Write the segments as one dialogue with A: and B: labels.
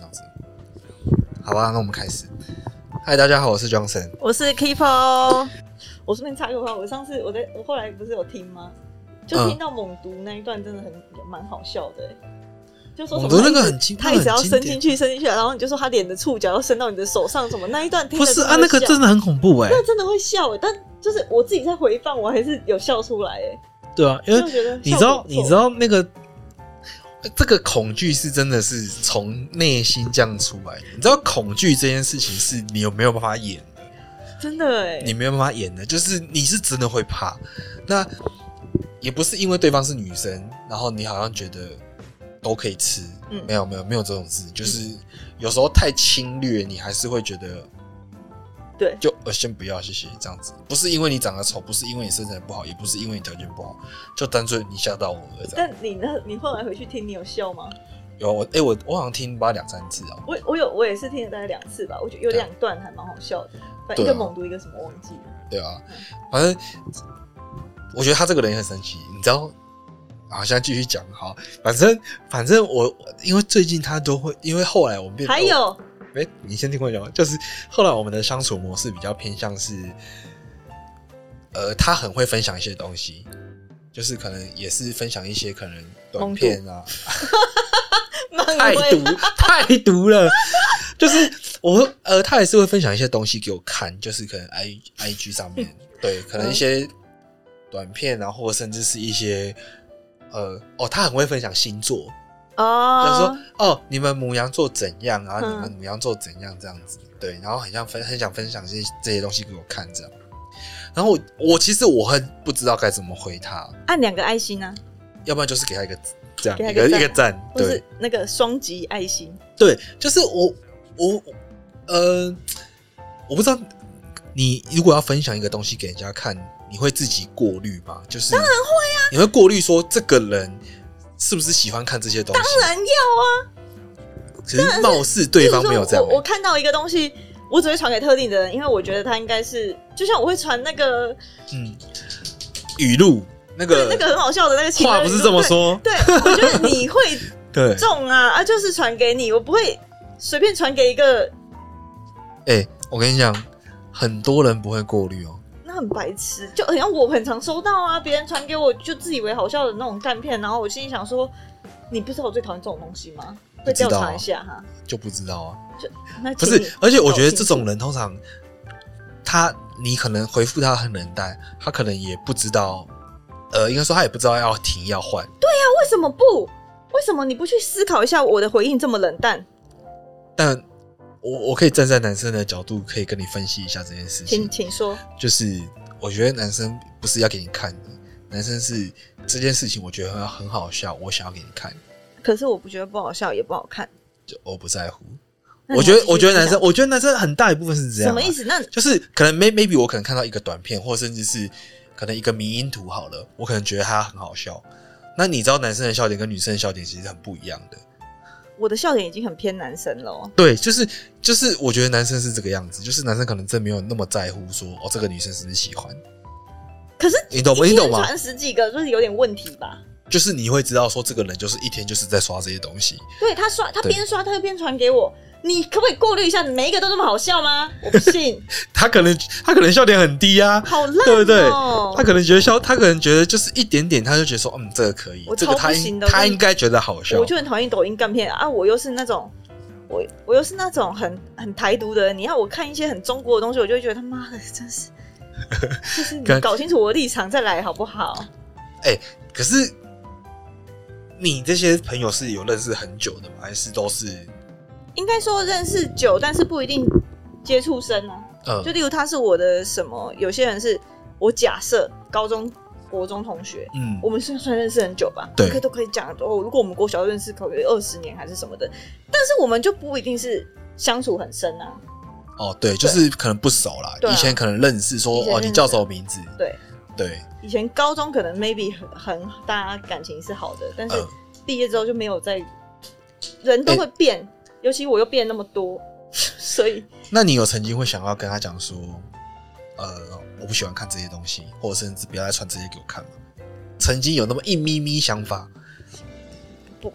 A: 样子。好吧，那我们开始。嗨，大家好，我是 Johnson。
B: 我是 Keepo。我顺便插个话，我上次我在我后来不是有听吗？就
A: 嗯
B: 听到猛毒那一段，真的很蛮好笑的、欸。就说什
A: 猛
B: 么
A: 毒那个
B: 他一直
A: 很经
B: 他
A: 那
B: 一
A: 个
B: 直要
A: 很
B: 伸
A: 经典
B: 进去，伸进去，然后你就说他脸的触角要伸到你的手上，什么那一段听
C: 不
B: 着
C: 是
B: 真的
C: 啊，那个
B: 笑
C: 真的很恐
A: 欸
C: 怖哎、
B: 那真的会笑哎、但就是我自己在回放，我还是有笑出来哎、
C: 对啊，因
B: 欸，就
C: 为
B: 觉得
C: 你知道，你知道
B: 道
C: 那个
A: 这个恐惧是真的是从内心这样出来的。你知道，恐惧这件事情是你有没有办法演的，
B: 真的哎、
A: 你没有办法演的，就是你是真的会怕。那也不是因为对方是女生，然后你好像觉得都可以吃，
B: 嗯
A: 没有没有没有这种事，就是有时候太侵略，你还是会觉得
B: 对
A: 就呃先不要谢谢这样子。不是因为你长得丑，不是因为你身材不好，也不是因为你条件不好，就单纯你吓到我了这样。
B: 但你那你后来回去听，你有笑吗？
A: 有我哎、我我好像听吧两三次哦，
B: 我我有我也是听了大概两次吧，我觉得有
A: 对啊
B: 两段还蛮好笑的，反
A: 对
B: 正
A: 啊
B: 一个猛毒，一个什么忘记了。
A: 对啊，反正我觉得他这个人也很神奇，你知道。好，现在继续讲好，反正反正我因为最近他都会，因为后来我们变
B: 还有
A: 哎、你先听我讲完，就是后来我们的相处模式比较偏向是，呃，他很会分享一些东西，就是可能也是分享一些可能短片啊，
B: 漫
A: 太
B: 威
A: 毒 太毒了，就是我呃，他也是会分享一些东西给我看，就是可能 i i g 上面
B: 嗯
A: 对，可能一些短片啊，或者甚至是一些呃，哦，他很会分享星座，就是
B: 哦
A: 说，哦，你们母羊座怎样啊？
B: 嗯
A: 你们母羊座怎样这样子？对，然后很像分很想分享这些这些东西给我看这样。然后我我其实我很不知道该怎么回他，
B: 按两个爱心啊，
A: 要不然就是给他一个这样
B: 给他
A: 一
B: 一个
A: 个
B: 赞
A: 一个赞，
B: 或
A: 对
B: 是那个双极爱心，
A: 对，就是我我呃，我不知道你如果要分享一个东西给人家看，你会自己过滤吗？就是当然会啊，你会过滤说这个人是不是喜欢看这些东西？
B: 当然要啊。
A: 只是貌似对方没有这样欸
B: 比如说我我看到一个东西，我只会传给特定的人，因为我觉得他应该是，就像我会传那个
A: 嗯，语录那
B: 对
A: 个
B: 那 个很好笑的那个情人
C: 话不是这么。说，
B: 对，对我觉得你会
A: 对，
B: 中啊啊，就是传给你，我不会随便传给一个，
A: 哎、我跟你讲，很多人不会过滤哦。
B: 那很白痴，就很像我很常收到啊，别人传给我就自以为好笑的那种干片，然后我心里想说，你不知道我最讨厌这种东西吗？
A: 不
B: 会
A: 知道
B: 调
A: 啊
B: 查一下哈。
A: 就不知道啊，
B: 那
A: 不
B: 请你
A: 是，而且我觉得
B: 搞清
A: 这
B: 楚
A: 种人通常，他你可能回复他很冷淡，他可能也不知道，呃，应该说他也不知道要停要换，
B: 为什么不？为什么你不去思考一下我的回应这么冷淡？
A: 但我我可以站在男生的角度，可以跟你分析一下这件事情
B: 请，请说。
A: 就是我觉得男生不是要给你看的，男生是这件事情我觉得很很好笑，我想要给你看，
B: 可是我不觉得不好笑，也不好看。
A: 就我不在乎。
B: 那你
A: 我觉
B: 要
A: 得，
B: 继续
A: 我觉得男
B: 分
A: 生，我觉得男生很大一部分是这样、
B: 享
A: 啊
B: 什么意？思？那
A: 就是可能 may maybe 我可能看到一个短片，或甚至是可能一个迷因图好了，我可能觉得它很好笑。那你知道男生的笑点跟女生的笑点其实很不一样的，
B: 我的笑点已经很偏男生了哦。
A: 对，就是就是我觉得男生是这个样子，就是男生可能真没有那么在乎说哦这个女生是不是喜欢，
B: 可是
A: 你懂吗？
B: 一
A: 你
B: 天
A: 懂吗？
B: 传十几个，就是有点问题吧？
A: 就是你会知道说这个人就是一天就是在刷这些东西，
B: 对他刷，他
A: 对
B: 边刷他又边传给我，你可不可以过滤一下？每一个都这么好笑吗？我不 信，
A: 他可能他可能笑点很低啊，
B: 好烂、哦，
A: 对不对他可能觉得笑，他可能觉得就是一点点，他就觉得说，嗯，这个可以
B: 我，
A: 这个
B: 超
A: 他
B: 不
A: 应
B: 行的
A: 他
B: 我就
A: 应该觉得好笑
B: 我。就很讨厌抖音干片啊！我又是那种，我我又是那种很很台独的人。你要我看一些很中国的东西，我就会觉得他妈的真是，就是你
A: 看
B: 搞清楚我的立场再来好不好？
A: 可是你这些朋友是有认识很久的吗？还是都是
B: 应该说认识久，但是不一定接触深啊。
A: 呃
B: 就例如他是我的什么，有些人是我假设高中、国中同学，
A: 嗯
B: 我们算算认识很久吧，
A: 对
B: 可以都可以讲哦。如果我们国小认识，可能二十年还是什么的，但是我们就不一定是相处很深啊。
A: 哦对，就是可能不熟啦，
B: 对啊
A: 以前可能认识说
B: 以前
A: 哦
B: 认识
A: 你叫什么名字？
B: 对，
A: 对，
B: 以前高中可能 maybe 很很大家感情是好的，但是
A: 嗯
B: 毕业之后就没有再，人都会变，尤其我又变那么多， 所以
A: 那你有曾经会想要跟他讲说，呃，我不喜欢看这些东西，或者甚至不要再传这些给我看吗？曾经有那么一咪咪想法，
B: 不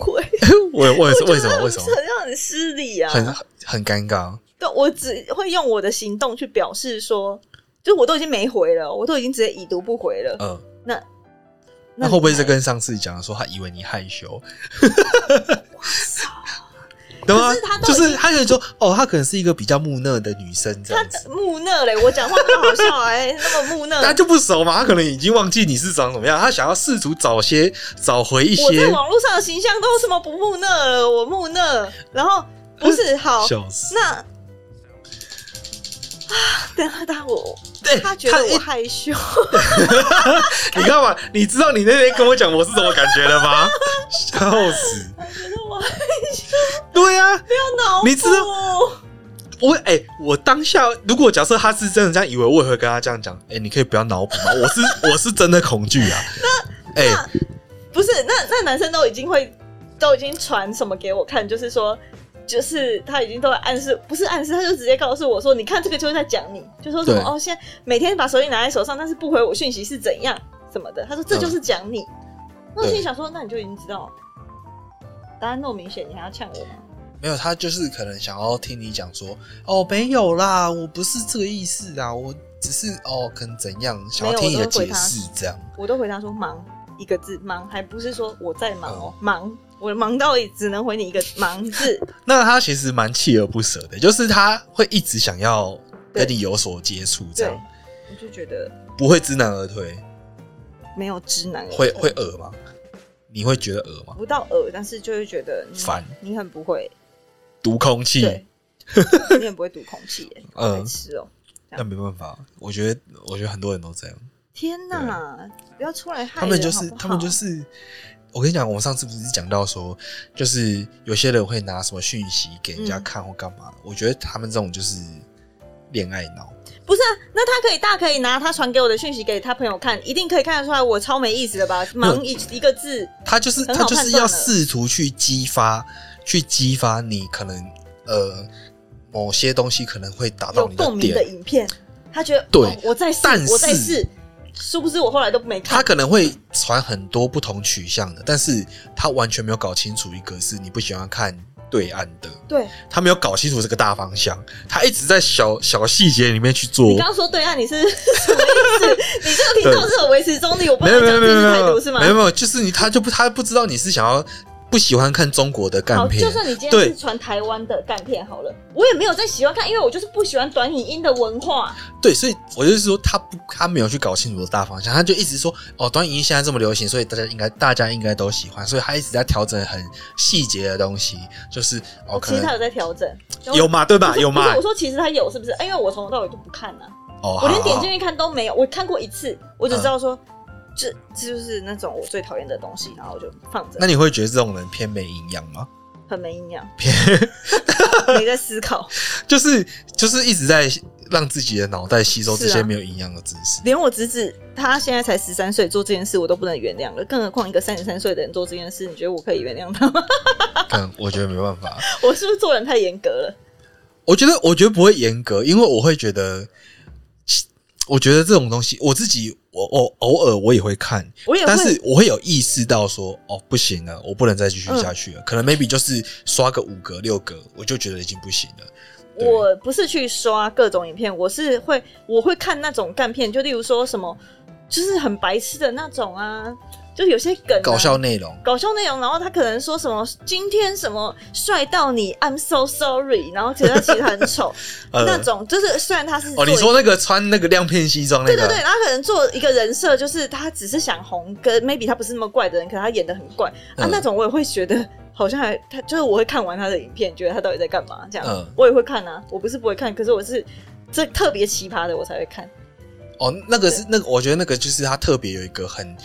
B: 会。
A: 我我也是为什么
B: 我
A: 为
B: 觉
A: 什
B: 得
A: 么
B: 很让人失礼啊？
A: 很很尴尬？
B: 对，我只会用我的行动去表示说，就是我都已经没回了，我都已经直接已读不回了。
A: 嗯，
B: 那
A: 那会不会
B: 你
A: 是跟上次讲的说他以为你害羞？ 对
B: 可
A: 吗
B: 是他？都
A: 就
B: 已经
A: 是他可以说哦，他可能是一个比较木讷的女生这样子，
B: 木讷嘞？我讲话不好笑哎、 那么木讷。
A: 他就不熟嘛，他可能已经忘记你是长什么样，他想要试图找些找回一
B: 我在
A: 些
B: 网络上的形象都什么不木讷了，我木讷，然后不是好
A: 笑死。
B: 那啊，等一下等一下我
A: 对，
B: 他觉得
A: 哎一
B: 我害羞，
A: 你看嘛，你知道你那天跟我讲我是什么感觉了吗？ 笑死！
B: 觉得我害
A: 对啊，
B: 恼火，
A: 你知我哎、我当下如果假设他是真的这样以为，我也会跟他这样讲。哎、你可以不要脑补 吗？我是我是真的恐惧 啊。哎、
B: 不是，那那男生都已经会，都已经传什么给我看，就是说，就是他已经都在暗示，不是暗示，他就直接告诉我说，你看这个就是在讲你，就说什么
A: 对
B: 哦，现在每天把手机拿在手上，但是不回我讯息是怎样什么的，他说这就是讲你。那我心里想说，那你就已经知道答案那么明显，你还要呛我吗？
A: 没有，他就是可能想要听你讲说，哦，没有啦，我不是这个意思啊，我只是哦，可能怎样，想要听你的解释这样。
B: 我都回答说忙一个字，忙还不是说我在忙哦，忙。我忙到也只能回你一个“忙”字，
A: 那他其实蛮锲而不舍的，就是他会一直想要跟你有所接触， 这
B: 对
A: 样，
B: 我就觉得
A: 不会知难而退，
B: 没有直男而已
A: 会会恶吗？你会觉得恶吗？
B: 不到耳，但是就会觉得你
A: 烦，
B: 你很不会，
A: 读空气
B: 对，，你很不会读空气耶，
A: 嗯
B: 白痴哦！
A: 那没办法，我觉得我觉得很多人都这样。
B: 天哪，不要出来害
A: 他们
B: 人
A: 就是
B: 好不好啊
A: 他们就是，我跟你讲，我们上次不是讲到说，就是有些人会拿什么讯息给人家
B: 嗯
A: 看或干嘛、我觉得他们这种就是恋爱脑，
B: 不是啊？那他可以大可以拿他传给我的讯息给他朋友看，一定可以看得出来我超没意思的吧？忙一一个字，
A: 他就是
B: 很
A: 他
B: 好
A: 就是
B: 判断
A: 要
B: 了
A: 试图去激发，去激发你可能呃某些东西可能会打
B: 有
A: 到你
B: 共
A: 的
B: 鸣的
A: 点，
B: 影片，他觉得
A: 对
B: 哦我在试
A: 但，是
B: 我在试，殊不知我后来都没
A: 他
B: 看。
A: 可能会传很多不同取向的，但是他完全没有搞清楚一个是你不喜欢看对岸的，
B: 对
A: 他没有搞清楚这个大方向，他一直在小小细节里面去做。
B: 你刚刚说对岸，你是什么意思？你这个频道是有维持中立，我不
A: 没
B: 能
A: 有没
B: 讲
A: 有
B: 自
A: 没有没
B: 己是台独
A: 有
B: 是吗
A: 没？有没有，就是你他就不他不知道你是想要不喜欢看中国的
B: 好，
A: 干片
B: 就，算你今天
A: 对
B: 是传台湾的干片好了，我也没有在喜欢看，因为我就是不喜欢短影音的文化。
A: 对，所以我就是说他不他没有去搞清楚大方向，他就一直说哦，短影音现在这么流行，所以大家应该大家应该都喜欢，所以他一直在调整很细节的东西，就是哦可
B: 其实他
A: 能
B: 有在调整，
A: 有嘛对吧？
B: 不是
A: 有嘛
B: 不 是我说其实他有，是不是？哎因为我从头到尾都不看啊，
A: 哦，
B: 我连
A: 好
B: 点
A: 好
B: 进去看都没有，我看过一次，我只知道说。这这就是那种我最讨厌的东西，然后我就放着
A: 那，你会觉得这种人偏没营养吗？
B: 很没营养， 没在思考，
A: 就是就是一直在让自己的脑袋吸收这
B: 是
A: 些
B: 啊
A: 没有营养的知识。
B: 连我侄子他现在才十三岁，做这件事我都不能原谅了，更何况一个三十三岁的人做这件事，你觉得我可以原谅他吗？
A: 但我觉得没办法，
B: 我是不是做人太严格了？
A: 我觉得我觉得不会严格，因为我会觉得，其我觉得这种东西我自己我我偶尔我也会看，
B: 我也会
A: 但是我会有意识到说，哦，不行了，我不能再继续
B: 嗯
A: 下去了。可能 maybe 就是刷个五格六格，我就觉得已经不行了。对
B: 我不是去刷各种影片，我是会我会看那种干片，就例如说什么，就是很白痴的那种啊，就有些梗啊、
A: 搞笑内容，
B: 搞笑内容，然后他可能说什么今天什么帅到你，I'm so sorry，然后觉得他其实很丑，
A: 呃
B: 那种就是虽然他是
A: 哦，
B: 做
A: 你
B: 一
A: 说那个穿那个亮片西装那
B: 对
A: 个，啊
B: 对对，然后可能做一个人设，就是他只是想红，跟 maybe 他不是那么怪的人，可他演的很怪、啊
A: 嗯，
B: 那种我也会觉得好像还他就是我会看完他的影片，觉得他到底在干嘛这样，
A: 嗯
B: 我也会看啊，我不是不会看，可是我是这特别奇葩的我才会看，
A: 哦，那个是那个，我觉得那个就是它特别有一个很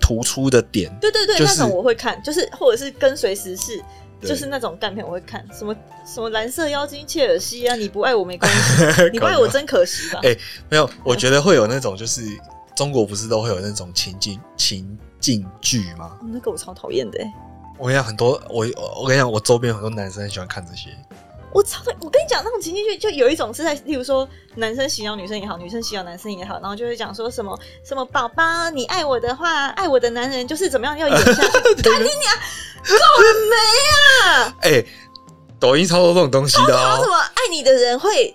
A: 突出的点，
B: 对对对，
A: 就是
B: 那种我会看，就是或者是跟随时事。
A: 对
B: 就是那种干片我会看，什么什么蓝色妖精切尔西啊，你不爱我没关 系，你不爱我真可惜吧
A: 哎？没有，我觉得会有那种就是中国不是都会有那种情境情境剧吗？
B: 哦那个我超讨厌的、欸，
A: 我跟你讲，很多我我我跟你讲，我周边有很多男生很喜欢看这些，
B: 我超讨厌我跟你讲，那种情境剧就有一种是在，例如说男生洗脑女生也好，女生洗脑男生也好，然后就会讲说什么什么宝宝，你爱我的话，爱我的男人就是怎么样要演 下去，干你娘，够了没啊？
A: 哎、抖音超多这种东西的
B: 然后什
A: 哦，
B: 么爱你的人会，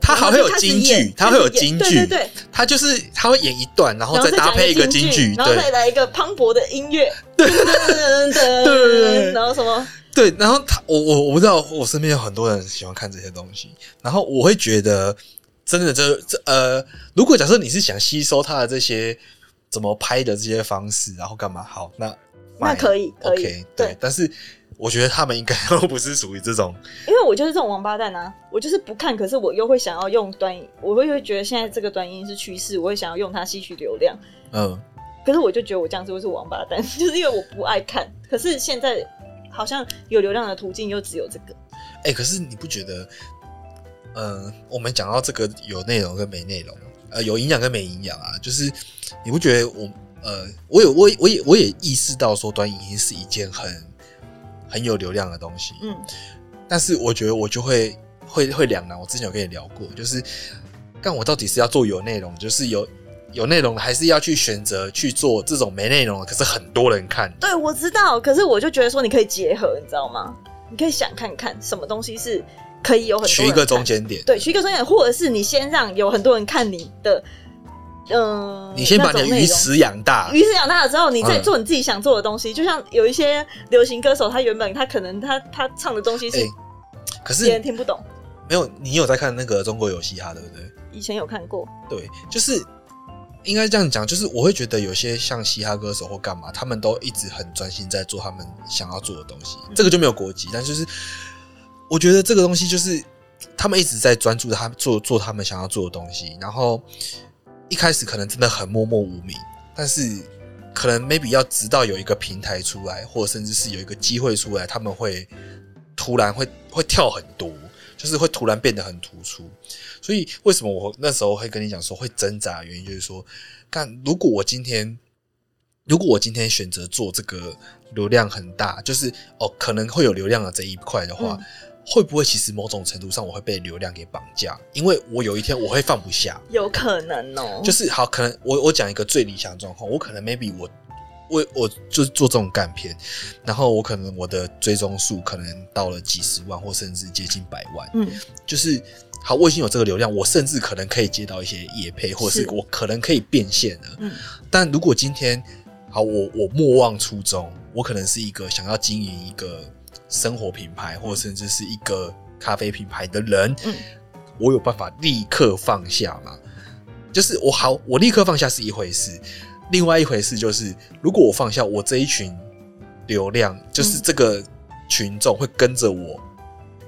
A: 它还会有京
B: 然后就开始
A: 剧
B: 哦演，
A: 它会有
B: 开始
A: 京
B: 演
A: 剧
B: 对对，对，
A: 它就是它会演一段，然后
B: 然后
A: 再搭
B: 讲
A: 配一个京
B: 京
A: 剧，
B: 然后再
A: 对
B: 来一个磅礴的音乐，噔噔噔
A: 对
B: 噔，然后什么，
A: 对。然后他，我我我不知道，我身边有很多人喜欢看这些东西，然后我会觉得，真的这这呃，如果假设你是想吸收他的这些怎么拍的这些方式，然后干嘛好，那
B: 那可以可以
A: OK 对
B: 对，
A: 但是我觉得他们应该都不是属于这种，
B: 因为我就是这种王八蛋啊，我就是不看，可是我又会想要用短，我会会觉得现在这个短音是趋势，我会想要用它吸取流量。
A: 嗯，
B: 可是我就觉得我这样是不是王八蛋？ 就是因为我不爱看。可是现在好像有流量的途径又只有这个。
A: 哎、可是你不觉得，呃，我们讲到这个有内容跟没内容，呃，有营养跟没营养啊，就是你不觉得我，呃，我有我也我也我也意识到说，短影音是一件很很有流量的东西，
B: 嗯，
A: 但是我觉得我就会会会两难。我之前有跟你聊过，就是但我到底是要做有内容，就是有有内容的，还是要去选择去做这种没内容的，可是很多人看，
B: 对，我知道。可是我就觉得说，你可以结合，你知道吗？你可以想看看什么东西是可以有很多
A: 取一
B: 人
A: 个
B: 看
A: 中，间点，
B: 对，取一个中间，或者是你先让有很多人看你的，嗯、
A: 你先把你
B: 那
A: 的
B: 种内
A: 鱼
B: 容
A: 池养大，
B: 于是长大了之后，你再
A: 嗯
B: 做你自己想做的东西，就像有一些流行歌手，他原本他可能他他唱的东西是
A: 哎、可是
B: 别人听不懂。
A: 没有，你有在看那个《中国有嘻哈》对不对？
B: 以前有看过，
A: 对，就是应该这样讲，就是我会觉得有些像嘻哈歌手或干嘛，他们都一直很专心在做他们想要做的东西，这个就没有国籍，但就是我觉得这个东西就是他们一直在专注他做做他们想要做的东西，然后一开始可能真的很默默无名，但是。可能 maybe 要直到有一个平台出来，或者甚至是有一个机会出来，他们会突然会会跳很多，就是会突然变得很突出。所以为什么我那时候会跟你讲说会挣扎，原因就是说，看如果我今天，如果我今天选择做这个流量很大，就是哦可能会有流量的这一块的话，
B: 嗯
A: 会不会其实某种程度上我会被流量给绑架？因为我有一天我会放不下，
B: 有可能哦、
A: 就是好，可能我我讲一个最理想的状况，我可能 maybe 我我我就是做这种干片，然后我可能我的追踪数可能到了几十万或甚至接近百万，
B: 嗯，
A: 就是好，我已经有这个流量，我甚至可能可以接到一些业配，或者是
B: 是
A: 我可能可以变现了。
B: 嗯，
A: 但如果今天好，我我莫忘初衷，我可能是一个想要经营一个生活品牌，或者甚至是一个咖啡品牌的人，
B: 嗯
A: 我有办法立刻放下吗？就是我好，我立刻放下是一回事，另外一回事就是，如果我放下我这一群流量，
B: 嗯
A: 就是这个群众会跟着我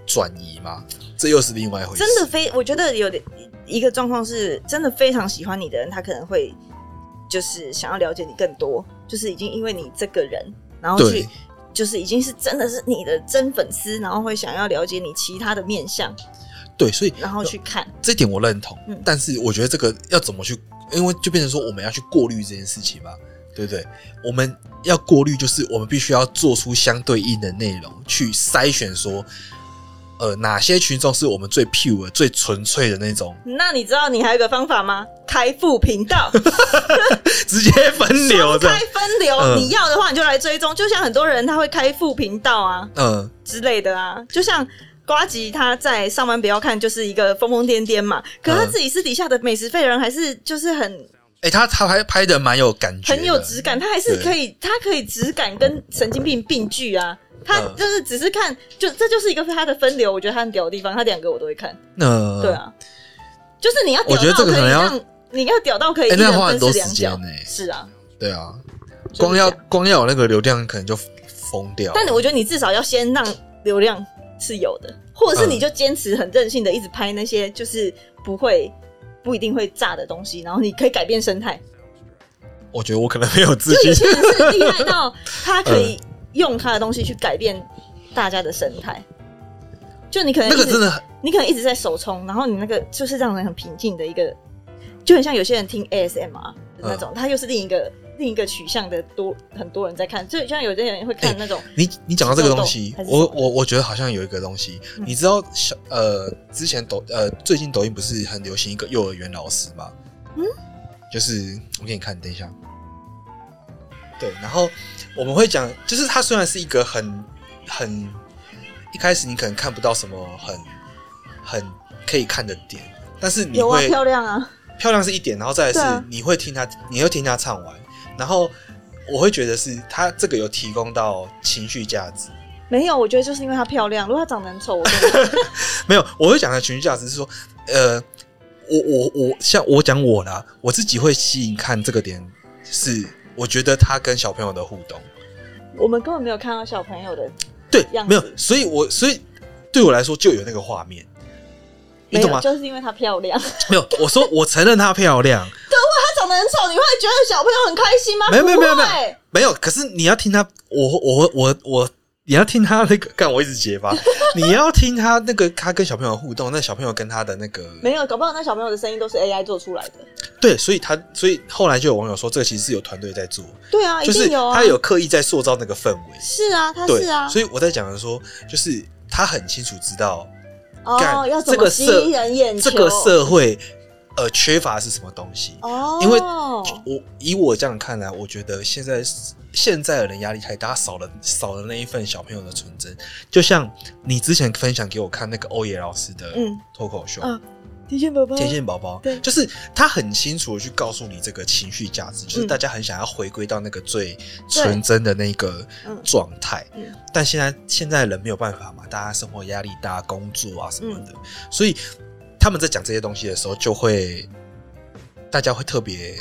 A: 转移吗？这又是另外一回事。
B: 真的非，我觉得有点一个状况是，真的非常喜欢你的人，他可能会就是想要了解你更多，就是已经因为你这个人，然后
A: 对
B: 去就是已经是真的是你的真粉丝，然后会想要了解你其他的面相，
A: 对，所以
B: 然后去看。
A: 这点我认同，
B: 嗯
A: 但是我觉得这个要怎么去，因为就变成说我们要去过滤这件事情嘛，对不对？我们要过滤，就是我们必须要做出相对应的内容去筛选说。呃，哪些群众是我们最 pure、最纯粹的那种，
B: 那你知道你还有一个方法吗？开副频道。
A: 直接分流的
B: 开？分流，
A: 嗯
B: 你要的话你就来追踪，就像很多人他会开副频道啊
A: 嗯，
B: 之类的啊，就像。瓜吉他在上班不要看，就是一个疯疯癫癫嘛。可他
A: 嗯
B: 自己私底下的美食废人还是就是很
A: 哎、他他还拍的蛮有感觉的，
B: 很有质感，他还是可以，他可以质感跟神经病并举啊。他
A: 嗯
B: 就是只是看，就这就是一个他的分流，我觉得他很屌的地方。他两个我都会看，
A: 那
B: 对，啊，就是你要屌
A: 嗯我觉得
B: 到
A: 这个
B: 可
A: 可能
B: 以
A: 要
B: 让你要屌到可以一
A: 哎
B: 人
A: 那要花很
B: 分
A: 多
B: 饰
A: 时
B: 两角
A: 间，欸
B: 是啊，
A: 对啊，
B: 就是
A: 光要
B: 这样
A: 光要有那个流量，可能就疯掉。
B: 但我觉得你至少要先让流量是有的，
A: 嗯
B: 或者是你就坚持很任性的一直拍那些就是不会不一定会炸的东西，然后你可以改变生态。
A: 我觉得我可能没有自
B: 就有
A: 信，
B: 些人是厉害到他可以用他的东西去改变大家的生态。就你可能
A: 那个
B: 一直
A: 真的很
B: 你可能一直在手冲，然后你那个就是让人很平静的一个。就很像有些人听 ASM 啊那
A: 嗯
B: 种，它又是另一个另一个取向的多，很多人在看，就像有些人会
A: 哎
B: 看那种，
A: 你你讲到这个东西
B: 豆还，是什
A: 我
B: 么
A: 我我觉得好像有一个东西，
B: 嗯
A: 你知道小呃之前抖呃最近抖音不是很流行一个幼儿园老师吗？
B: 嗯，
A: 就是我给你看，等一下。对，然后我们会讲，就是它虽然是一个很很一开始你可能看不到什么很很可以看的点，但是你
B: 有啊，
A: 会
B: 漂亮啊，
A: 漂亮是一点，然后再来
B: 对
A: 是
B: 啊
A: 你会听他，你会听他唱完，然后我会觉得是他这个有提供到情绪价值，
B: 没有，我觉得就是因为她漂亮，如果她长得很丑，我真的
A: 没有，我会讲的情绪价值是说，呃，我我我像我讲我啦，我自己会吸引看这个点是，我觉得他跟小朋友的互动，
B: 我们根本没有看到小朋友的，
A: 对，
B: 样
A: 没
B: 子
A: 有，所以我所以对我来说就有那个画面，你
B: 没
A: 懂
B: 有，
A: 吗？
B: 就是因为她漂亮，她
A: 没有，我说我承认她漂亮，
B: 长得很丑，你会觉得小朋友很开心吗？
A: 没有没有
B: 不
A: 没
B: 会
A: 有没有没有，可是你要听他，我我我我，你要听他那个， 干我一直结 巴，你要听他那个他跟小朋友的互动，那小朋友跟他的那个，
B: 没有，搞不好那小朋友的声音都是 AI 做出来的。
A: 对，所以他所以后来就有网友说，这个其实是有团队在做，
B: 对啊，
A: 就
B: 一
A: 是
B: 定有啊，
A: 他有刻意在塑造那个氛围，
B: 是啊，他
A: 对
B: 是啊，
A: 所以我在讲的说，就是他很清楚知道
B: 哦，
A: 干
B: 要
A: 这
B: 怎么
A: 个
B: 吸
A: 社
B: 人眼球？
A: 这个社会呃缺乏是什么东西，
B: 哦，
A: 因为我以我这样看来，我觉得现在现在的人压力太大，少了少了那一份小朋友的纯真。就像你之前分享给我看那个欧野老师的
B: 嗯
A: 脱口秀
B: 嗯
A: 《
B: 天线宝宝，
A: 天线宝宝
B: 对》，
A: 就是他很清楚的去告诉你这个情绪价值，就是
B: 嗯
A: 大家很想要回归到那个最纯真的那个
B: 嗯
A: 状态
B: 嗯。
A: 但现在现在人没有办法嘛，大家生活压力大，工作啊什么
B: 嗯
A: 的，所以他们在讲这些东西的时候，就会大家会特别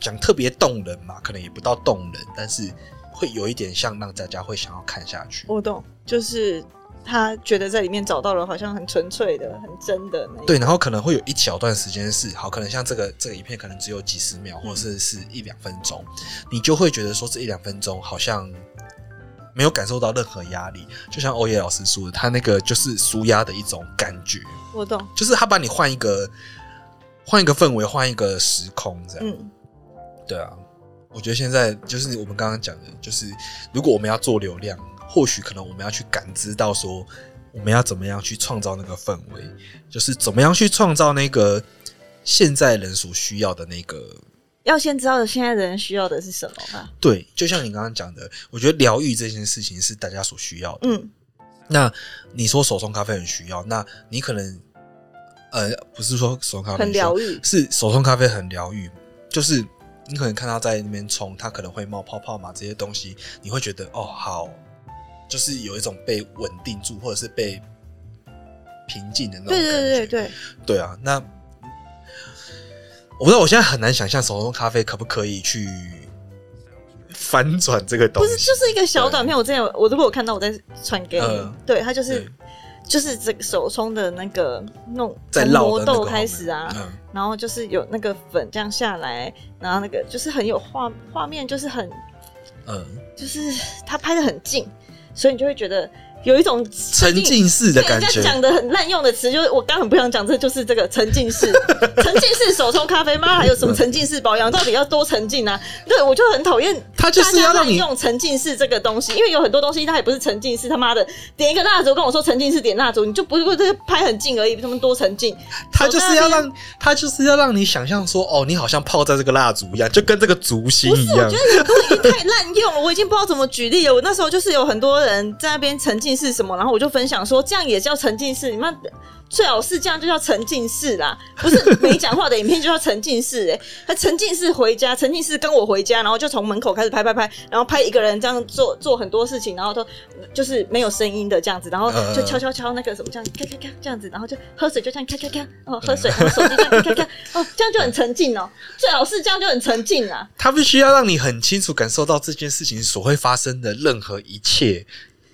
A: 讲特别动人嘛，可能也不到动人，但是会有一点像让大家会想要看下去。
B: 我懂，就是他觉得在里面找到了好像很纯粹的、很真的那一
A: 对，然后可能会有一小段时间是好，可能像这个这个影片可能只有几十秒，或者是是一两分钟，你就会觉得说这一两分钟好像没有感受到任何压力，就像欧耶老师说的，他那个就是舒压的一种感觉，
B: 我懂，
A: 就是他把你换一个换一个氛围，换一个时空这样。
B: 嗯，
A: 对啊，我觉得现在就是我们刚刚讲的，就是如果我们要做流量，或许可能我们要去感知到说，我们要怎么样去创造那个氛围，就是怎么样去创造那个现在人所需要的那个。
B: 要先知道现在人需要的是什么吧。
A: 对，就像你刚刚讲的，我觉得疗愈这件事情是大家所需要的。
B: 嗯，
A: 那你说手冲咖啡很需要，那你可能呃，不是说手冲咖啡
B: 很
A: 需要
B: 疗愈。
A: 是手冲咖啡很疗愈，就是你可能看他在那边冲，他可能会冒泡泡嘛，这些东西你会觉得哦好，就是有一种被稳定住或者是被平静的那种
B: 对
A: 感觉。
B: 对对对，
A: 对啊，那我不知道，我现在很难想象手冲咖啡可不可以去翻转这个东
B: 不
A: 西。
B: 是就是一个小短片。我之前有我如果我看到，我再传给你。
A: 嗯
B: 对，它就是
A: 对
B: 就是这个手冲的那个弄
A: 在
B: 从
A: 绕
B: 磨
A: 的那个
B: 豆
A: 后面
B: 开始啊，
A: 嗯
B: 然后就是有那个粉这样下来，然后那个就是很有画画面，就是很
A: 嗯，
B: 就是他拍的很近，所以你就会觉得有一种
A: 沉浸式的
B: 被
A: 感
B: 人家
A: 觉。
B: 讲的很滥用的词，就是我刚刚很不想讲，这就是这个沉浸式，沉浸式手冲咖啡吗？还有什么沉浸式保养？到底要多沉浸啊？对我就很讨厌，
A: 他就是要让你
B: 用沉浸式这个东西，因为有很多东西它也不是沉浸式，他妈的点一个蜡烛跟我说沉浸式点蜡烛，你就不过就是拍很近而已，他们多沉浸，
A: 他就是要让他就是要让你想象说，哦，你好像泡在这个蜡烛一样，就跟这个烛心一样。
B: 太滥用了，我已经不知道怎么举例了。我那时候就是有很多人在那边沉浸式什么，然后我就分享说，这样也叫沉浸式，你们最好是这样就叫沉浸式啦，不是没讲话的影片就叫沉浸式、欸。哎，他沉浸式回家，沉浸式跟我回家，然后就从门口开始拍拍拍，然后拍一个人这样做做很多事情，然后都就是没有声音的这样子，然
A: 嗯
B: 后就敲敲敲那个什么这样咔咔咔这样子，然后就喝水就这样咔咔咔哦，喝水，然后手机这样咔咔咔哦，这样就很沉浸哦，最好是这样就很沉浸啦。
A: 他必须要让你很清楚感受到这件事情所会发生的任何一切，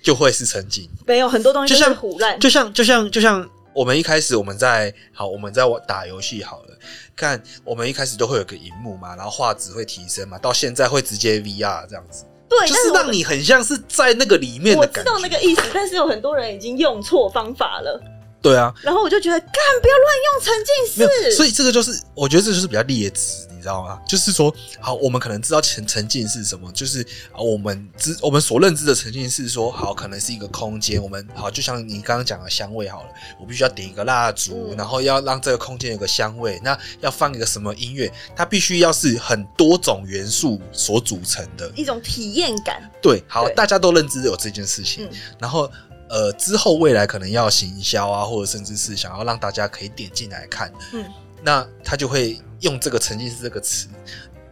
A: 就会是沉浸。
B: 没有很多东西
A: 就
B: 都
A: 像
B: 是胡乱，
A: 就像就像就像我们一开始我们在好我们在打游戏好了，看我们一开始都会有个荧幕嘛，然后画质会提升嘛，到现在会直接 VR 这样子，
B: 对，
A: 就
B: 但
A: 是
B: 我
A: 让你很像是在那个里面
B: 我
A: 的
B: 知
A: 感
B: 道那
A: 觉。
B: 个意思，但是有很多人已经用错方法了。
A: 对啊，
B: 然后我就觉得，干不要乱用沉浸
A: 没有，
B: 式，
A: 所以这个就是我觉得这就是比较劣质，你知道吗？就是说，好，我们可能知道沉沉浸是什么，就是啊，我们知我们所认知的沉浸式说好，可能是一个空间，我们好，就像你刚刚讲的香味好了，我必须要点一个蜡烛，
B: 嗯
A: 然后要让这个空间有个香味，那要放一个什么音乐，它必须要是很多种元素所组成的。
B: 一种体验感。
A: 对，好，
B: 对
A: 大家都认知有这件事情，
B: 嗯
A: 然后呃，之后未来可能要行销啊，或者甚至是想要让大家可以点进来看，
B: 嗯，
A: 那他就会用这个沉浸式这个词，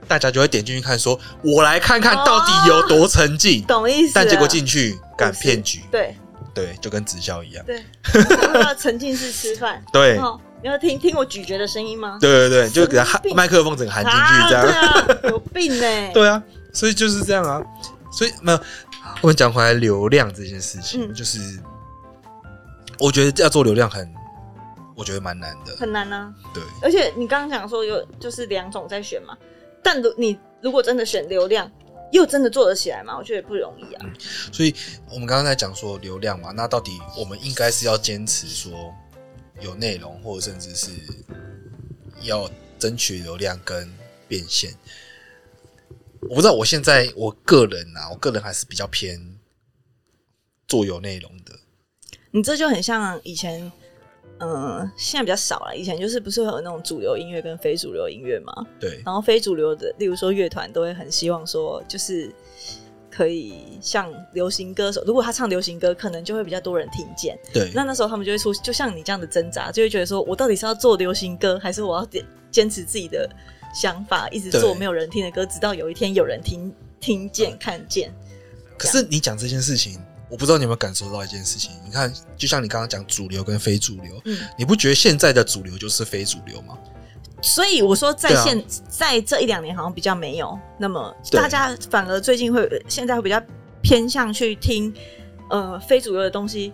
A: 大家就会点进去看说我来看看到底有多沉浸，
B: 哦懂意思了。哦
A: 但结果进去干
B: 不是
A: 骗局，
B: 对
A: 对，就跟直销一样，
B: 对，然后要沉浸式吃饭。
A: 对，
B: 哦，你要听听我咀嚼的声音吗？
A: 对对对，就给他
B: 神经病
A: 麦克风整个含进
B: 啊
A: 去这样，
B: 对 啊，有病呢、
A: 对啊，所以就是这样啊，所以没有，我们讲回来流量这件事情，
B: 嗯
A: 就是我觉得要做流量很，我觉得蛮难的，
B: 很难啊。
A: 对，
B: 而且你刚刚讲说有就是两种在选嘛，但如你如果真的选流量，又真的做得起来吗？我觉得不容易啊。
A: 所以我们刚刚在讲说流量嘛，那到底我们应该是要坚持说有内容，或者甚至是要争取流量跟变现。我不知道，我现在我个人啊，我个人还是比较偏做有内容的，
B: 你这就很像以前，嗯，现在比较少了。以前就是不是会有那种主流音乐跟非主流音乐嘛？
A: 对，
B: 然后非主流的，例如说乐团，都会很希望说，就是可以像流行歌手，如果他唱流行歌，可能就会比较多人听见。
A: 对，
B: 那那时候他们就会出，就像你这样的挣扎，就会觉得说我到底是要做流行歌，还是我要坚坚持自己的想法，一直做
A: 对
B: 没有人听的歌，直到有一天有人听听见看见。
A: 可是你讲这件事情，我不知道你有没有感受到一件事情。你看，就像你刚刚讲主流跟非主流，
B: 嗯，
A: 你不觉得现在的主流就是非主流吗？
B: 所以我说在
A: 对啊
B: 现、在这一两年好像比较没有，那么
A: 对
B: 大家反而最近会现在会比较偏向去听呃非主流的东西，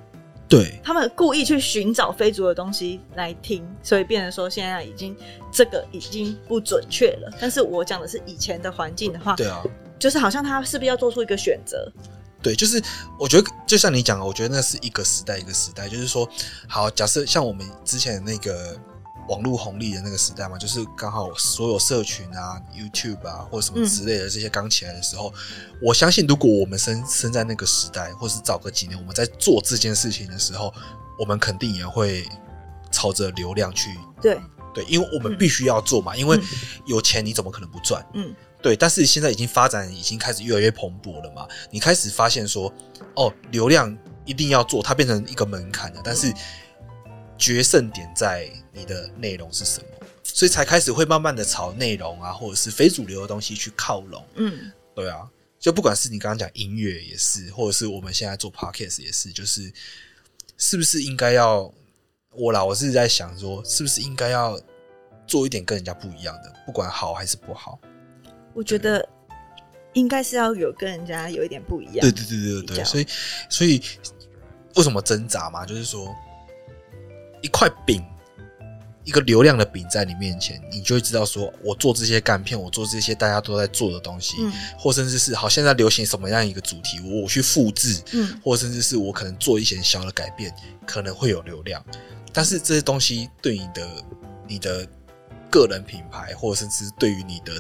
A: 对，
B: 他们故意去寻找非主流的东西来听，所以变成说现在已经这个已经不准确了。但是我讲的是以前的环境的话，
A: 对啊，
B: 就是好像他是不是要做出一个选择？
A: 对，就是我觉得就像你讲的，我觉得那是一个时代一个时代，就是说，好，假设像我们之前那个网络红利的那个时代嘛，就是刚好所有社群啊、YouTube 啊或者什么之类的这些刚起来的时候，我相信如果我们生生在那个时代，或是早个几年，我们在做这件事情的时候，我们肯定也会朝着流量去。
B: 对，
A: 对，因为我们必须要做嘛，因为
B: 嗯
A: 有钱你怎么可能不赚？
B: 嗯，
A: 对，但是现在已经发展已经开始越来越蓬勃了嘛，你开始发现说，哦，流量一定要做，它变成一个门槛了，但是决胜点在你的内容是什么，所以才开始会慢慢的朝内容啊，或者是非主流的东西去靠拢。
B: 嗯，
A: 对啊，就不管是你刚刚讲音乐也是，或者是我们现在做 podcast 也是，就是是不是应该要我啦，我是在想说，是不是应该要做一点跟人家不一样的，不管好还是不好。
B: 我觉得应该是要有跟人家有一点不一样。
A: 对对对对
B: 比较
A: 对，所以所以为什么挣扎嘛？就是说一块饼，一个流量的饼在你面前，你就会知道说，我做这些干片，我做这些大家都在做的东西，
B: 嗯
A: 或甚至是好现在流行什么样一个主题，我我去复制，
B: 嗯，
A: 或甚至是我可能做一些小的改变，可能会有流量，但是这些东西对你的你的个人品牌，或者甚至对于你的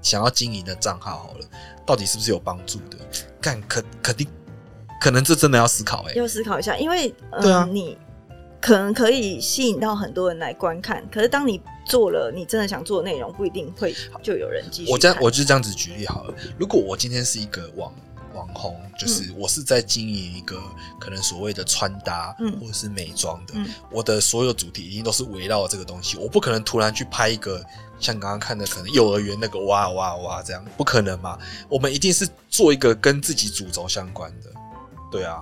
A: 想要经营的账号，好了，到底是不是有帮助的？干，肯肯定，可能这真的要思考哎、欸
B: 要思考一下，因为嗯、
A: 对啊
B: 你可能可以吸引到很多人来观看，可是当你做了你真的想做的内容，不一定会就有人继续看。
A: 我这样，我就这样子举例好了。如果我今天是一个网网红，
B: 嗯
A: 就是我是在经营一个可能所谓的穿搭，
B: 嗯
A: 或者是美妆的，
B: 嗯
A: 我的所有主题一定都是围绕这个东西。我不可能突然去拍一个像刚刚看的，可能幼儿园那个哇哇哇这样，不可能嘛。我们一定是做一个跟自己主轴相关的，对啊。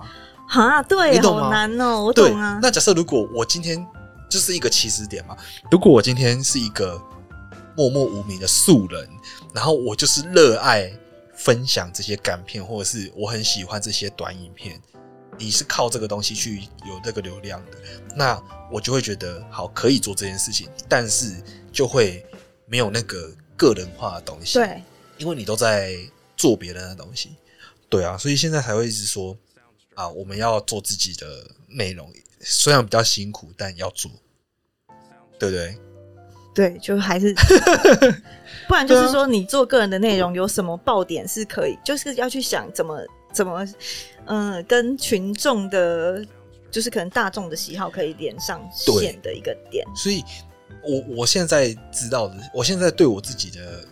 B: 哈，对，
A: 你懂吗
B: 好难哦、我
A: 对
B: 懂啊，
A: 那假设如果我今天就是一个起始点嘛，如果我今天是一个默默无名的素人，然后我就是热爱分享这些港片，或者是我很喜欢这些短影片，你是靠这个东西去有这个流量的，那我就会觉得好可以做这件事情，但是就会没有那个个人化的东西。
B: 对，
A: 因为你都在做别人的东西，对啊，所以现在才会一直说啊，我们要做自己的内容，虽然比较辛苦，但要做，对不对？
B: 对，就还 是，不
A: 啊
B: 然就是说你做个人的内容有什么爆点是可以，就是要去想怎么怎么，嗯、跟群众的，就是可能大众的喜好可以连上线的一个点。
A: 所以我我现在知道的，我现在对我自己的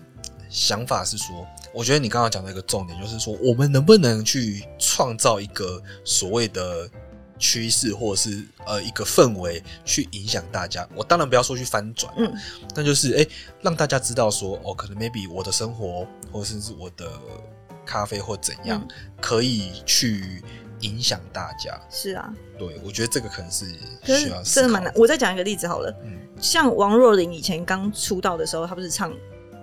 A: 想法是说，我觉得你刚刚讲到一个重点，就是说我们能不能去创造一个所谓的趋势，或者是呃一个氛围去影响大家。我当然不要说去翻转，
B: 嗯，
A: 那就是哎、诶让大家知道说，哦，可能 maybe 我的生活，或者是我的咖啡或怎样，
B: 嗯
A: 可以去影响大家。
B: 是啊，
A: 对我觉得这个可能是
B: 可
A: 需
B: 是
A: 要思
B: 真的
A: 考
B: 蛮难。我再讲一个例子好了，
A: 嗯
B: 像王若琳以前刚出道的时候，她不是唱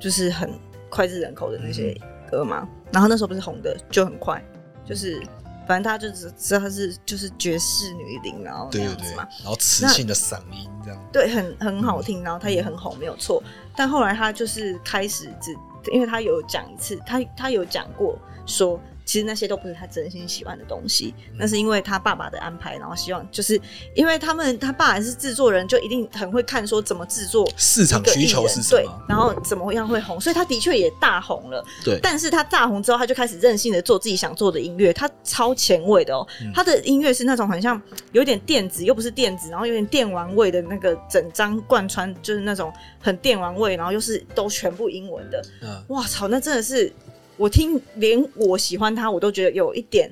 B: 就是很脍炙人口的那
A: 嗯
B: 些歌嘛，然后那时候不是红的就很快，就是
A: 嗯
B: 反正大家就只知道她是就是爵士女伶，然后那
A: 对
B: 样
A: 对嗯
B: 子
A: 对，
B: 嘛，
A: 然后磁性的嗓音这样，
B: 对，很很好听，然后她也很红，没有错。但后来她就是开始只，因为她有讲一次，她她有讲过说，其实那些都不是她真心喜欢的东西，
A: 嗯
B: 那是因为她爸爸的安排，然后希望就是因为他们他爸还是制作人，就一定很会看说怎么制作
A: 市
B: 一
A: 场
B: 个
A: 需
B: 艺
A: 求
B: 人
A: 是什
B: 对
A: 么，？
B: 然后怎么样会红，所以她的确也大红了。
A: 对
B: 但是他大红之后，他就开始任性的做自己想做的音乐，他超前卫的哦。
A: 嗯
B: 他的音乐是那种很像有点电子，又不是电子，然后有点电玩味的那个，整张贯穿就是那种很电玩味，然后又是都全部英文的。
A: 嗯，
B: 哇操，那真的是我听，连我喜欢他，我都觉得有一点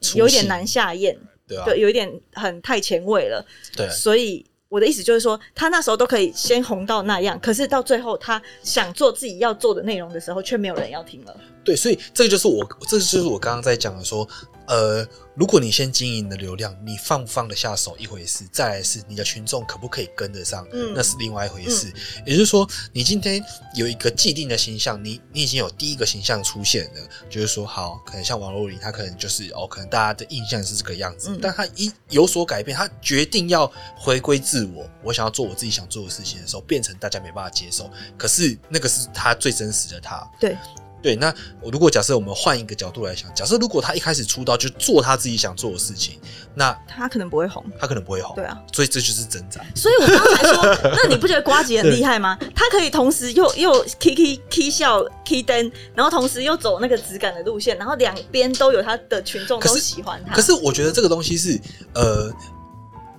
A: 出
B: 有一点
A: 戏
B: 难下咽，
A: 对啊，
B: 对，有一点很太前卫了。
A: 对啊
B: 所以我的意思就是说，他那时候都可以先红到那样，可是到最后他想做自己要做的内容的时候，却没有人要听了。
A: 对，所以这个就是我，这就是我刚刚在讲的说，呃，如果你先经营你的流量，你放不放得下手一回事，再来是你的群众可不可以跟得上，
B: 嗯
A: 那是另外一回事。也就是说，你今天有一个既定的形象，你你已经有第一个形象出现了，就是说，好，可能像王若琳，她可能就是哦，可能大家的印象是这个样子，
B: 嗯
A: 但她一有所改变，她决定要回归自我，我想要做我自己想做的事情的时候，变成大家没办法接受，可是那个是她最真实的她。
B: 对，
A: 对，那我如果假设我们换一个角度来想，假设如果他一开始出道就做他自己想做的事情，那
B: 他可能不会红。
A: 他可能不会红。
B: 对啊，
A: 所以这就是挣扎。
B: 所以我刚才说，那你不觉得瓜姐很厉害吗？ 她可以同时又又 k k k 笑 k 灯，然后同时又走那个质感的路线，然后两边都有她的群众
A: 可
B: 都
A: 是
B: 喜欢她。
A: 可是我觉得这个东西是，呃，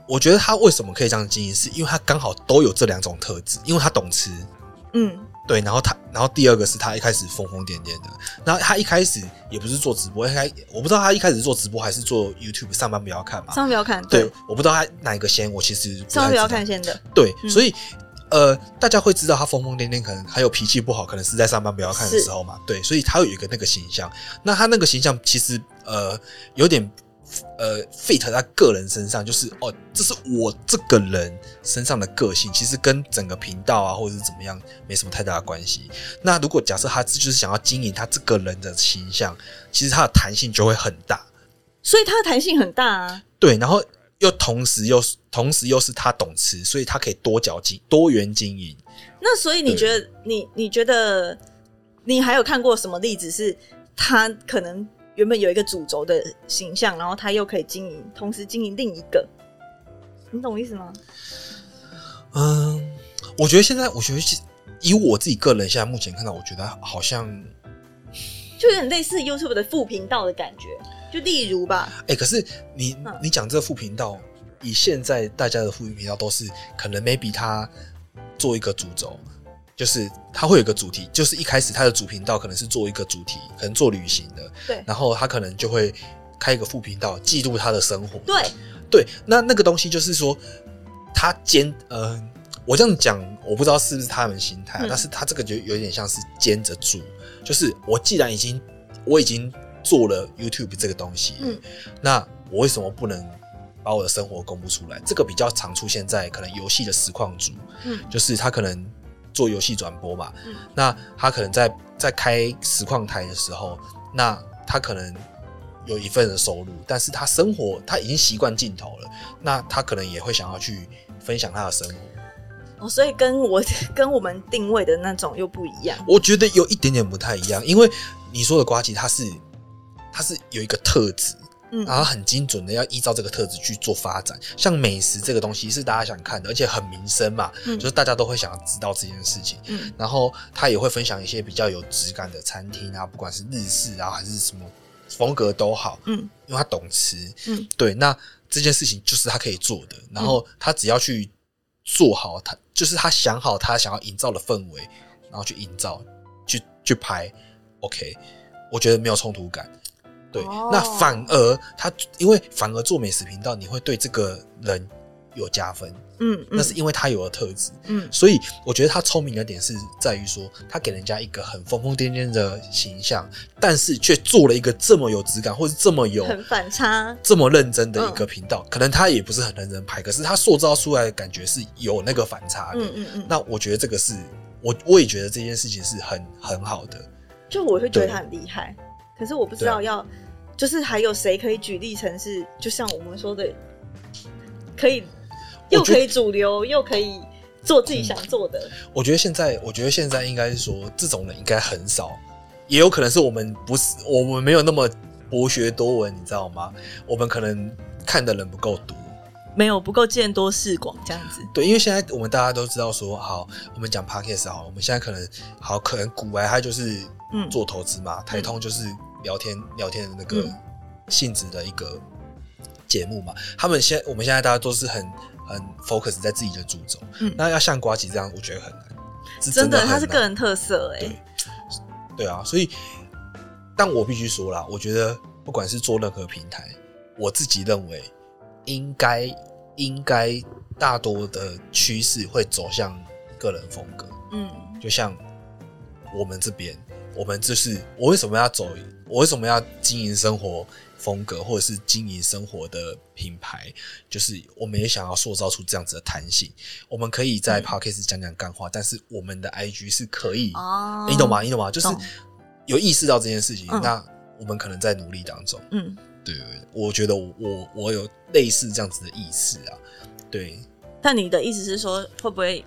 A: 我觉得他为什么可以这样经营，是因为他刚好都有这两种特质，因为他懂吃，
B: 嗯，
A: 对，然后他，然后第二个是他一开始疯疯癫癫的，然后他一开始也不是做直播，一开我不知道他一开始做直播还是做 YouTube 上班不要看嘛，
B: 上班不要看，
A: 对，，我不知道他哪一个先，我其实不
B: 上班
A: 太
B: 不要
A: 知道
B: 看先的，
A: 对，
B: 嗯
A: 所以呃，大家会知道他疯疯癫癫，可能还有脾气不好，可能是在上班不要看的
B: 是
A: 时候嘛。对，所以他有一个那个形象。那他那个形象其实呃有点呃 fit 在他个人身上，就是哦，这是我这个人身上的个性，其实跟整个频道啊或者是怎么样没什么太大的关系。那如果假设他就是想要经营他这个人的形象，其实他的弹性就会很大。
B: 所以她的弹性很大啊。
A: 对，然后又同时又是同时又是他懂吃，所以他可以多角经多元经营。
B: 那所以你
A: 对
B: 觉得，你你觉得，你还有看过什么例子是他可能原本有一个主轴的形象，然后他又可以经营，同时经营另一个？你懂我意思吗？
A: 嗯，我觉得现在，我觉得是以我自己个人现在目前看到，我觉得好像，
B: 就有点类似 YouTube 的副频道的感觉。就例如吧，
A: 哎、可是你
B: 嗯
A: 你讲这副频道，以现在大家的副频道都是可能 maybe 他做一个主轴。就是他会有一个主题，就是一开始他的主频道可能是做一个主题，可能做旅行的，
B: 对
A: 然后他可能就会开一个副频道记录他的生活，
B: 对，
A: 对，那那个东西就是说，他兼呃，我这样讲，我不知道是不是他们心态啊、
B: 嗯
A: 但是他这个就有点像是兼着住，就是我既然已经我已经做了 YouTube 这个东西，
B: 嗯
A: 那我为什么不能把我的生活公布出来？这个比较常出现在可能游戏的实况组，
B: 嗯
A: 就是他可能做游戏转播嘛，
B: 嗯
A: 那他可能在在开实况台的时候，那他可能有一份的收入，但是他生活他已经习惯镜头了，那他可能也会想要去分享他的生活。
B: 哦，所以跟我 跟我们定位的那种又不一样。
A: 我觉得有一点点不太一样，因为你说的瓜吉他是他是有一个特质，
B: 嗯
A: 然后很精准的要依照这个特质去做发展。像美食这个东西是大家想看的，而且很民生嘛，
B: 嗯
A: 就是大家都会想要知道这件事情。
B: 嗯
A: 然后他也会分享一些比较有质感的餐厅啊，不管是日式啊还是什么风格都好，
B: 嗯
A: 因为他懂吃。
B: 嗯，
A: 对，那这件事情就是他可以做的，然后他只要去做好他，就是他想好他想要营造的氛围，然后去营造，去去拍，OK，我觉得没有冲突感。对，
B: 哦
A: 那反而他因为反而做美食频道，你会对这个人有加分，
B: 嗯
A: 那是因为他有了特质。
B: 嗯
A: 所以我觉得他聪明的点是在于说，他给人家一个很疯疯癫癫的形象，但是却做了一个这么有质感，或是这么有
B: 嗯，很嗯反差。
A: 这么认真的一个频道。可能他也不是很认真拍，可是他塑造出来的感觉是有那个反差的。
B: 嗯嗯嗯，
A: 那我觉得这个是我我也觉得这件事情是很很好的。
B: 就我会觉得
A: 对
B: 他很厉害，可是我不知
A: 对啊
B: 道要，就是还有谁可以举例成是，就像我们说的，可以又
A: 我觉得
B: 可以主流，又可以做自己想做的。
A: 我觉得现在，我觉得现在应该是说这种人应该很少，也有可能是我们不是我们没有那么博学多闻，你知道吗？我们可能看的人不够多。
C: 没有不够见多识广这样子。
A: 对，因为现在我们大家都知道说，好，我们讲 podcast 好了，我们现在可能好，可能古癌他就是
C: 嗯
A: 做投资嘛，台通就是聊天聊天的那个
C: 嗯
A: 性质的一个节目嘛。他们现我们现在大家都是很很 focus 在自己的主轴，
C: 嗯
A: 那要像瓜吉这样，我觉得很难，是
C: 真
A: 的
C: 的，
A: 很
C: 它是
A: 难
C: 个人特色
B: 欸
C: 哎、
A: 对对啊，所以，但我必须说啦，我觉得不管是做任何平台，我自己认为应该应该大多的趋势会走向个人风格，
C: 嗯，
A: 就像我们这边，我们就是我为什么要走，我为什么要经营生活风格，或者是经营生活的品牌，就是我们也想要塑造出这样子的弹性。我们可以在 podcast 讲讲干话，但是我们的 IG 是可以
C: 哦
A: 你懂吗？？你懂吗？就是
C: 懂
A: 有意识到这件事情，
C: 嗯
A: 那我们可能在努力当中。
C: 嗯，
A: 对对对，我觉得我我我有类似这样子的意识啊。对，
C: 但你的意思是说，会不会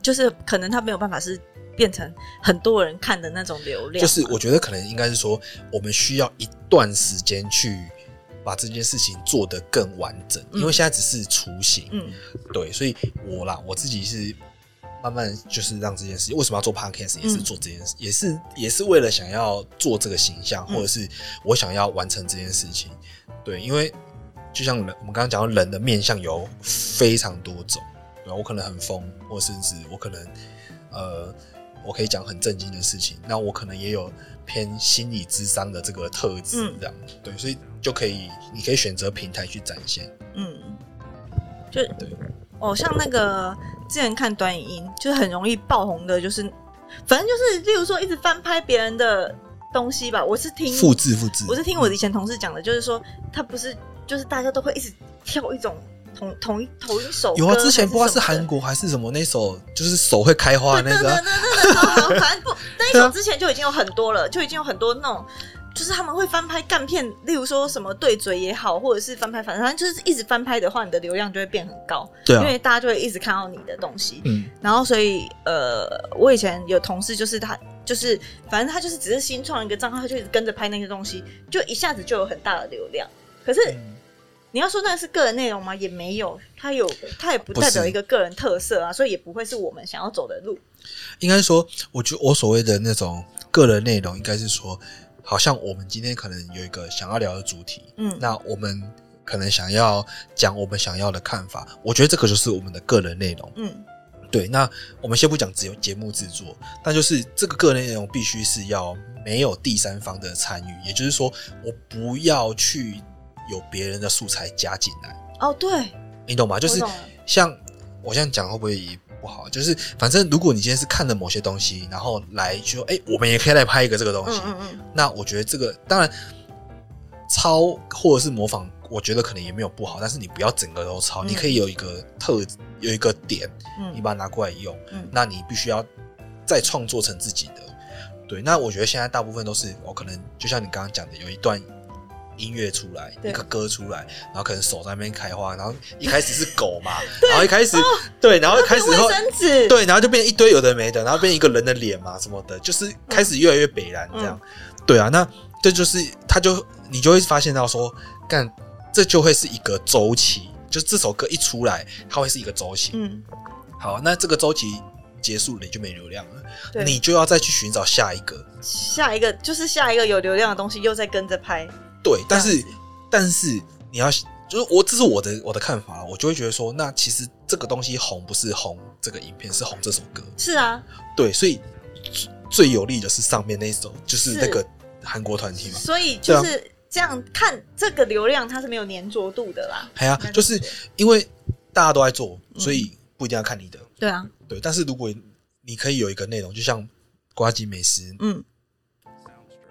C: 就是可能它没有办法是变成很多人看的那种流量？啊
A: 就是我觉得可能应该是说，我们需要一段时间去把这件事情做得更完整，
C: 嗯
A: 因为现在只是雏形。
C: 嗯
A: 对，所以我啦，我自己是慢慢就是让这件事情，为什么要做 podcast，也是
C: 嗯
A: 做这件事，也是也是为了想要做这个形象，
C: 嗯
A: 或者是我想要完成这件事情。对，因为就像人，我们刚刚讲到人的面相有非常多种，对吧啊我可能很疯，或甚至我可能呃，我可以讲很正经的事情，那我可能也有偏心理智商的这个特质
C: 嗯，
A: 这样、对，所以就可以，你可以选择平台去展现。
C: 嗯，就哦，像那个之前看短影音，就是很容易爆红的，就是反正就是，例如说一直翻拍别人的东西吧。我是听
A: 复制复制，
C: 我是听我以前同事讲的，就是说他不是，就是大家都会一直跳一种同同一同一首歌
A: 有啊，之前不知道是
C: 还什么
A: 韩
C: 的
A: 国还是什么那首，就是手会开花的那个啊
B: 对，对对对对，反正不那一首之前就已经有很多了，就已经有很多那种，
C: 就是他们会翻拍干片，例如说什么对嘴也好，或者是翻拍，反正就是一直翻拍的话，你的流量就会变很高，
A: 对
C: 因
A: 啊，
C: 为大家就会一直看到你的东西。
A: 嗯
C: 然后所以呃，我以前有同事就是他。就是，反正他就是只是新创一个账号，他就一直跟着拍那些东西，就一下子就有很大的流量。可是
A: 嗯
C: 你要说那是个人内容吗？也没有，它有，它也不
A: 不是
C: 代表一个个人特色啊，所以也不会是我们想要走的路。
A: 应该说，我觉得我所谓的那种个人内容，应该是说，好像我们今天可能有一个想要聊的主题，
C: 嗯
A: 那我们可能想要讲我们想要的看法，我觉得这个就是我们的个人内容。
C: 嗯
A: 对，那我们先不讲只有节目制作，但就是这个个人内容必须是要没有第三方的参与，也就是说，我不要去有别人的素材加进来。
C: 哦，对，
A: 你懂吗？就是
C: 我懂了
A: 像我这样讲会不会也不好？就是反正如果你今天是看了某些东西，然后来就哎、诶我们也可以来拍一个这个东西。
C: 嗯嗯嗯，
A: 那我觉得这个当然抄或者是模仿，我觉得可能也没有不好，但是你不要整个都抄，
C: 嗯
A: 你可以有一个特有一个点，
C: 嗯
A: 你把它拿过来用，
C: 嗯
A: 那你必须要再创作成自己的。对，那我觉得现在大部分都是我、哦可能就像你刚刚讲的，有一段音乐出来，
C: 对
A: 一个歌出来，然后可能手在那边开花，然后一开始是狗嘛，然后一开始、对，然后开始
B: 哦卫
A: 后
B: 生纸，
A: 对，然后就变一堆有的没的，然后变一个人的脸嘛什么的，就是开始越来越北然这样。对啊，那这就是他就你就会发现到说，干这就会是一个周期，就这首歌一出来，它会是一个周期。
B: 嗯，
A: 好，那这个周期结束了，你就没流量了，
B: 对
A: 你就要再去寻找下一个。
B: 下一个就是下一个有流量的东西又在跟着拍，
A: 对，但是但是你要就是我，这是我的我的看法，我就会觉得说，那其实这个东西红不是红这个影片，是红这首歌。
B: 是啊，
A: 对，所以最最有利的是上面那一首，就是
B: 是
A: 那个韩国团体嘛。
B: 所以
A: 对
B: 就
A: 啊
B: 是这样看这个流量它是没有粘着度的啦，
A: 哎呀
B: 那，
A: 就
B: 就
A: 是因为大家都在做，所
B: 嗯
A: 以不一定要看你的。
B: 对啊，
A: 对，但是如果你可以有一个内容，就像瓜吉美食，
B: 嗯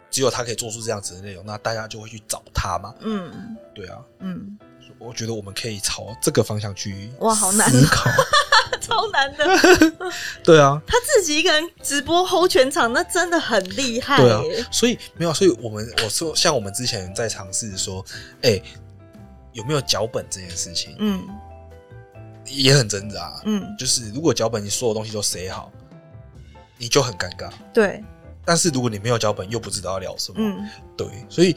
A: 只有他可以做出这样子的内容，那大家就会去找他嘛。
B: 嗯
A: 对啊，
B: 嗯，
A: 我觉得我们可以朝这个方向去
B: 哇好难
A: 思考。
B: 超难的，
A: 对 啊，
B: 他自己一个人直播 hold 全场，那真的很厉害、
A: 对啊
B: 耶，
A: 所以没有，所以我们我说像我们之前在尝试说，哎、有没有脚本这件事情、
B: 嗯
A: 也很挣扎。啊
B: 嗯，
A: 就是如果脚本你所有东西都写好，你就很尴尬。
B: 对，
A: 但是如果你没有脚本，又不知道要聊什么。
B: 嗯
A: 对，所以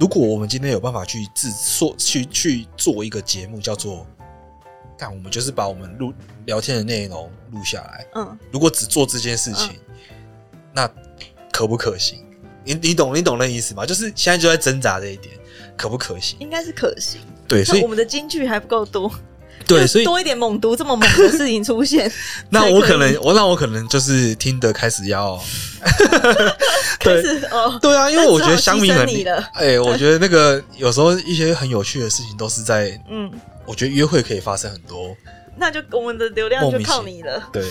A: 如果我们今天有办法去制作、去去做一个节目，叫做“干”，我们就是把我们录聊天的内容录下来。
B: 嗯，
A: 如果只做这件事情，那可不可行？你你懂你懂那意思吗？就是现在就在挣扎这一点，可不可行？
B: 应该是可行。
A: 对，所
B: 那
A: 以
B: 我们的金句还不够多，
A: 对，
B: 就
A: 所以
B: 多一点猛毒这么猛的事情出现，
A: 那我可
B: 才
A: 能我那我可能就是听得开始 要，
B: 可
A: 对
B: 以是哦，
A: 对啊，因为我觉得香米
B: 那只
A: 很
B: 好牺牲你了
A: 哎、我觉得那个有时候一些很有趣的事情都是在，
B: 嗯，
A: 我觉得约会可以发生很多，
B: 那就我们的流量就靠你了，
A: 对，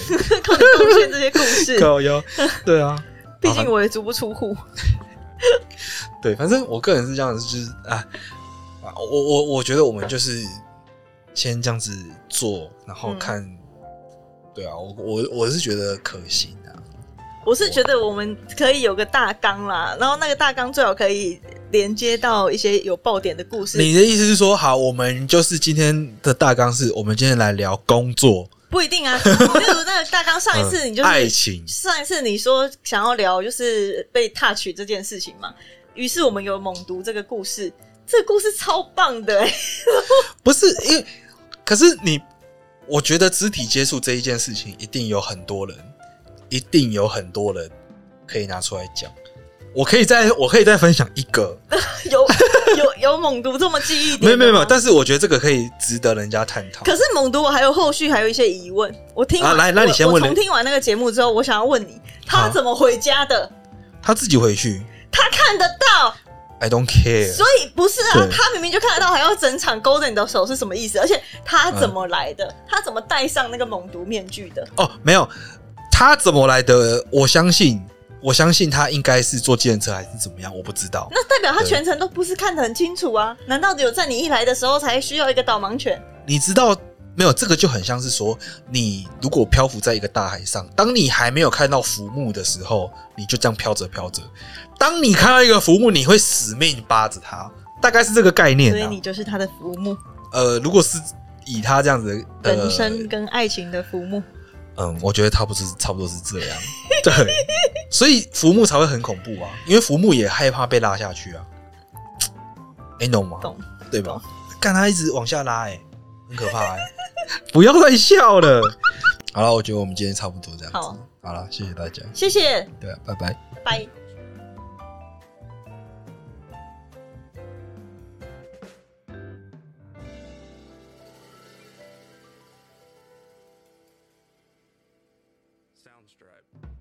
B: 靠你贡献这些故事。
A: 高腰，对啊，
B: 毕竟我也足不出户，
A: 对，反正我个人是这样子，就是啊啊，我我我觉得我们就是先这样子做，然
B: 嗯
A: 后看，对啊，我我我是觉得可行啊，
B: 我是觉得我们可以有个大纲啦，然后那个大纲最好可以连接到一些有爆点的故事，
A: 你的意思是说，好，我们就是今天的大纲是我们今天来聊工作，
B: 不一 定啊。例如那个大纲上一次你就
A: 嗯爱
B: 是
A: 情，
B: 上一次你说想要聊就是被 touch 这件事情嘛，于是我们有猛读这个故事，这个故事超棒的、 欸，
A: 不是因为，可是你，我觉得肢体接触这一件事情，一定有很多人，一定有很多人可以拿出来讲。我可以再，我可以再分享一个，
B: 有有有猛读这么记忆点
A: 没有
B: 的吗
A: 没有没有，但是我觉得这个可以值得人家探讨。
B: 啊可是猛读我还有后续还有一些疑问，我听完、
A: 啊来那你
B: 我
A: 先问
B: 我
A: 了
B: 重听完那个节目之后，我想要问你，他
A: 好
B: 怎么回家的？
A: 他自己回去
B: 他看得到，
A: ，I don't care。
B: 所以不是啊
A: 对，
B: 他明明就看得到，还要整场勾着你的手是什么意思？而且他怎么来的？他怎么戴上那个猛毒面具的？
A: 哦，没有，他怎么来的？我相信，我相信他应该是坐计程车还是怎么样，我不知道。
B: 那代表他
A: 对
B: 全程都不是看得很清楚啊？难道只有在你一来的时候才需要一个导盲犬？
A: 你知道没有？这个就很像是说，你如果漂浮在一个大海上，当你还没有看到浮木的时候，你就这样飘着飘着；当你看到一个浮木，你会死命扒着它，大概是这个概念、
B: 所以
A: 啊。
B: 你就是他的浮木，
A: 呃，如果是以他这样子的
B: 人生跟爱情的浮木。
A: 嗯，我觉得他不是差不多是这样， 对，所以浮木才会很恐怖啊，因为浮木也害怕被拉下去啊，哎、你懂吗？
B: 懂，
A: 对吧
B: 懂？
A: 看他一直往下拉、哎，很可怕、哎， 不要再笑了。 好了，我觉得我们今天差不多这样子，
B: 好
A: 好了，谢谢大家，
B: 谢谢，
A: 对、啊，拜拜。
B: 拜。
D: Soundstripe.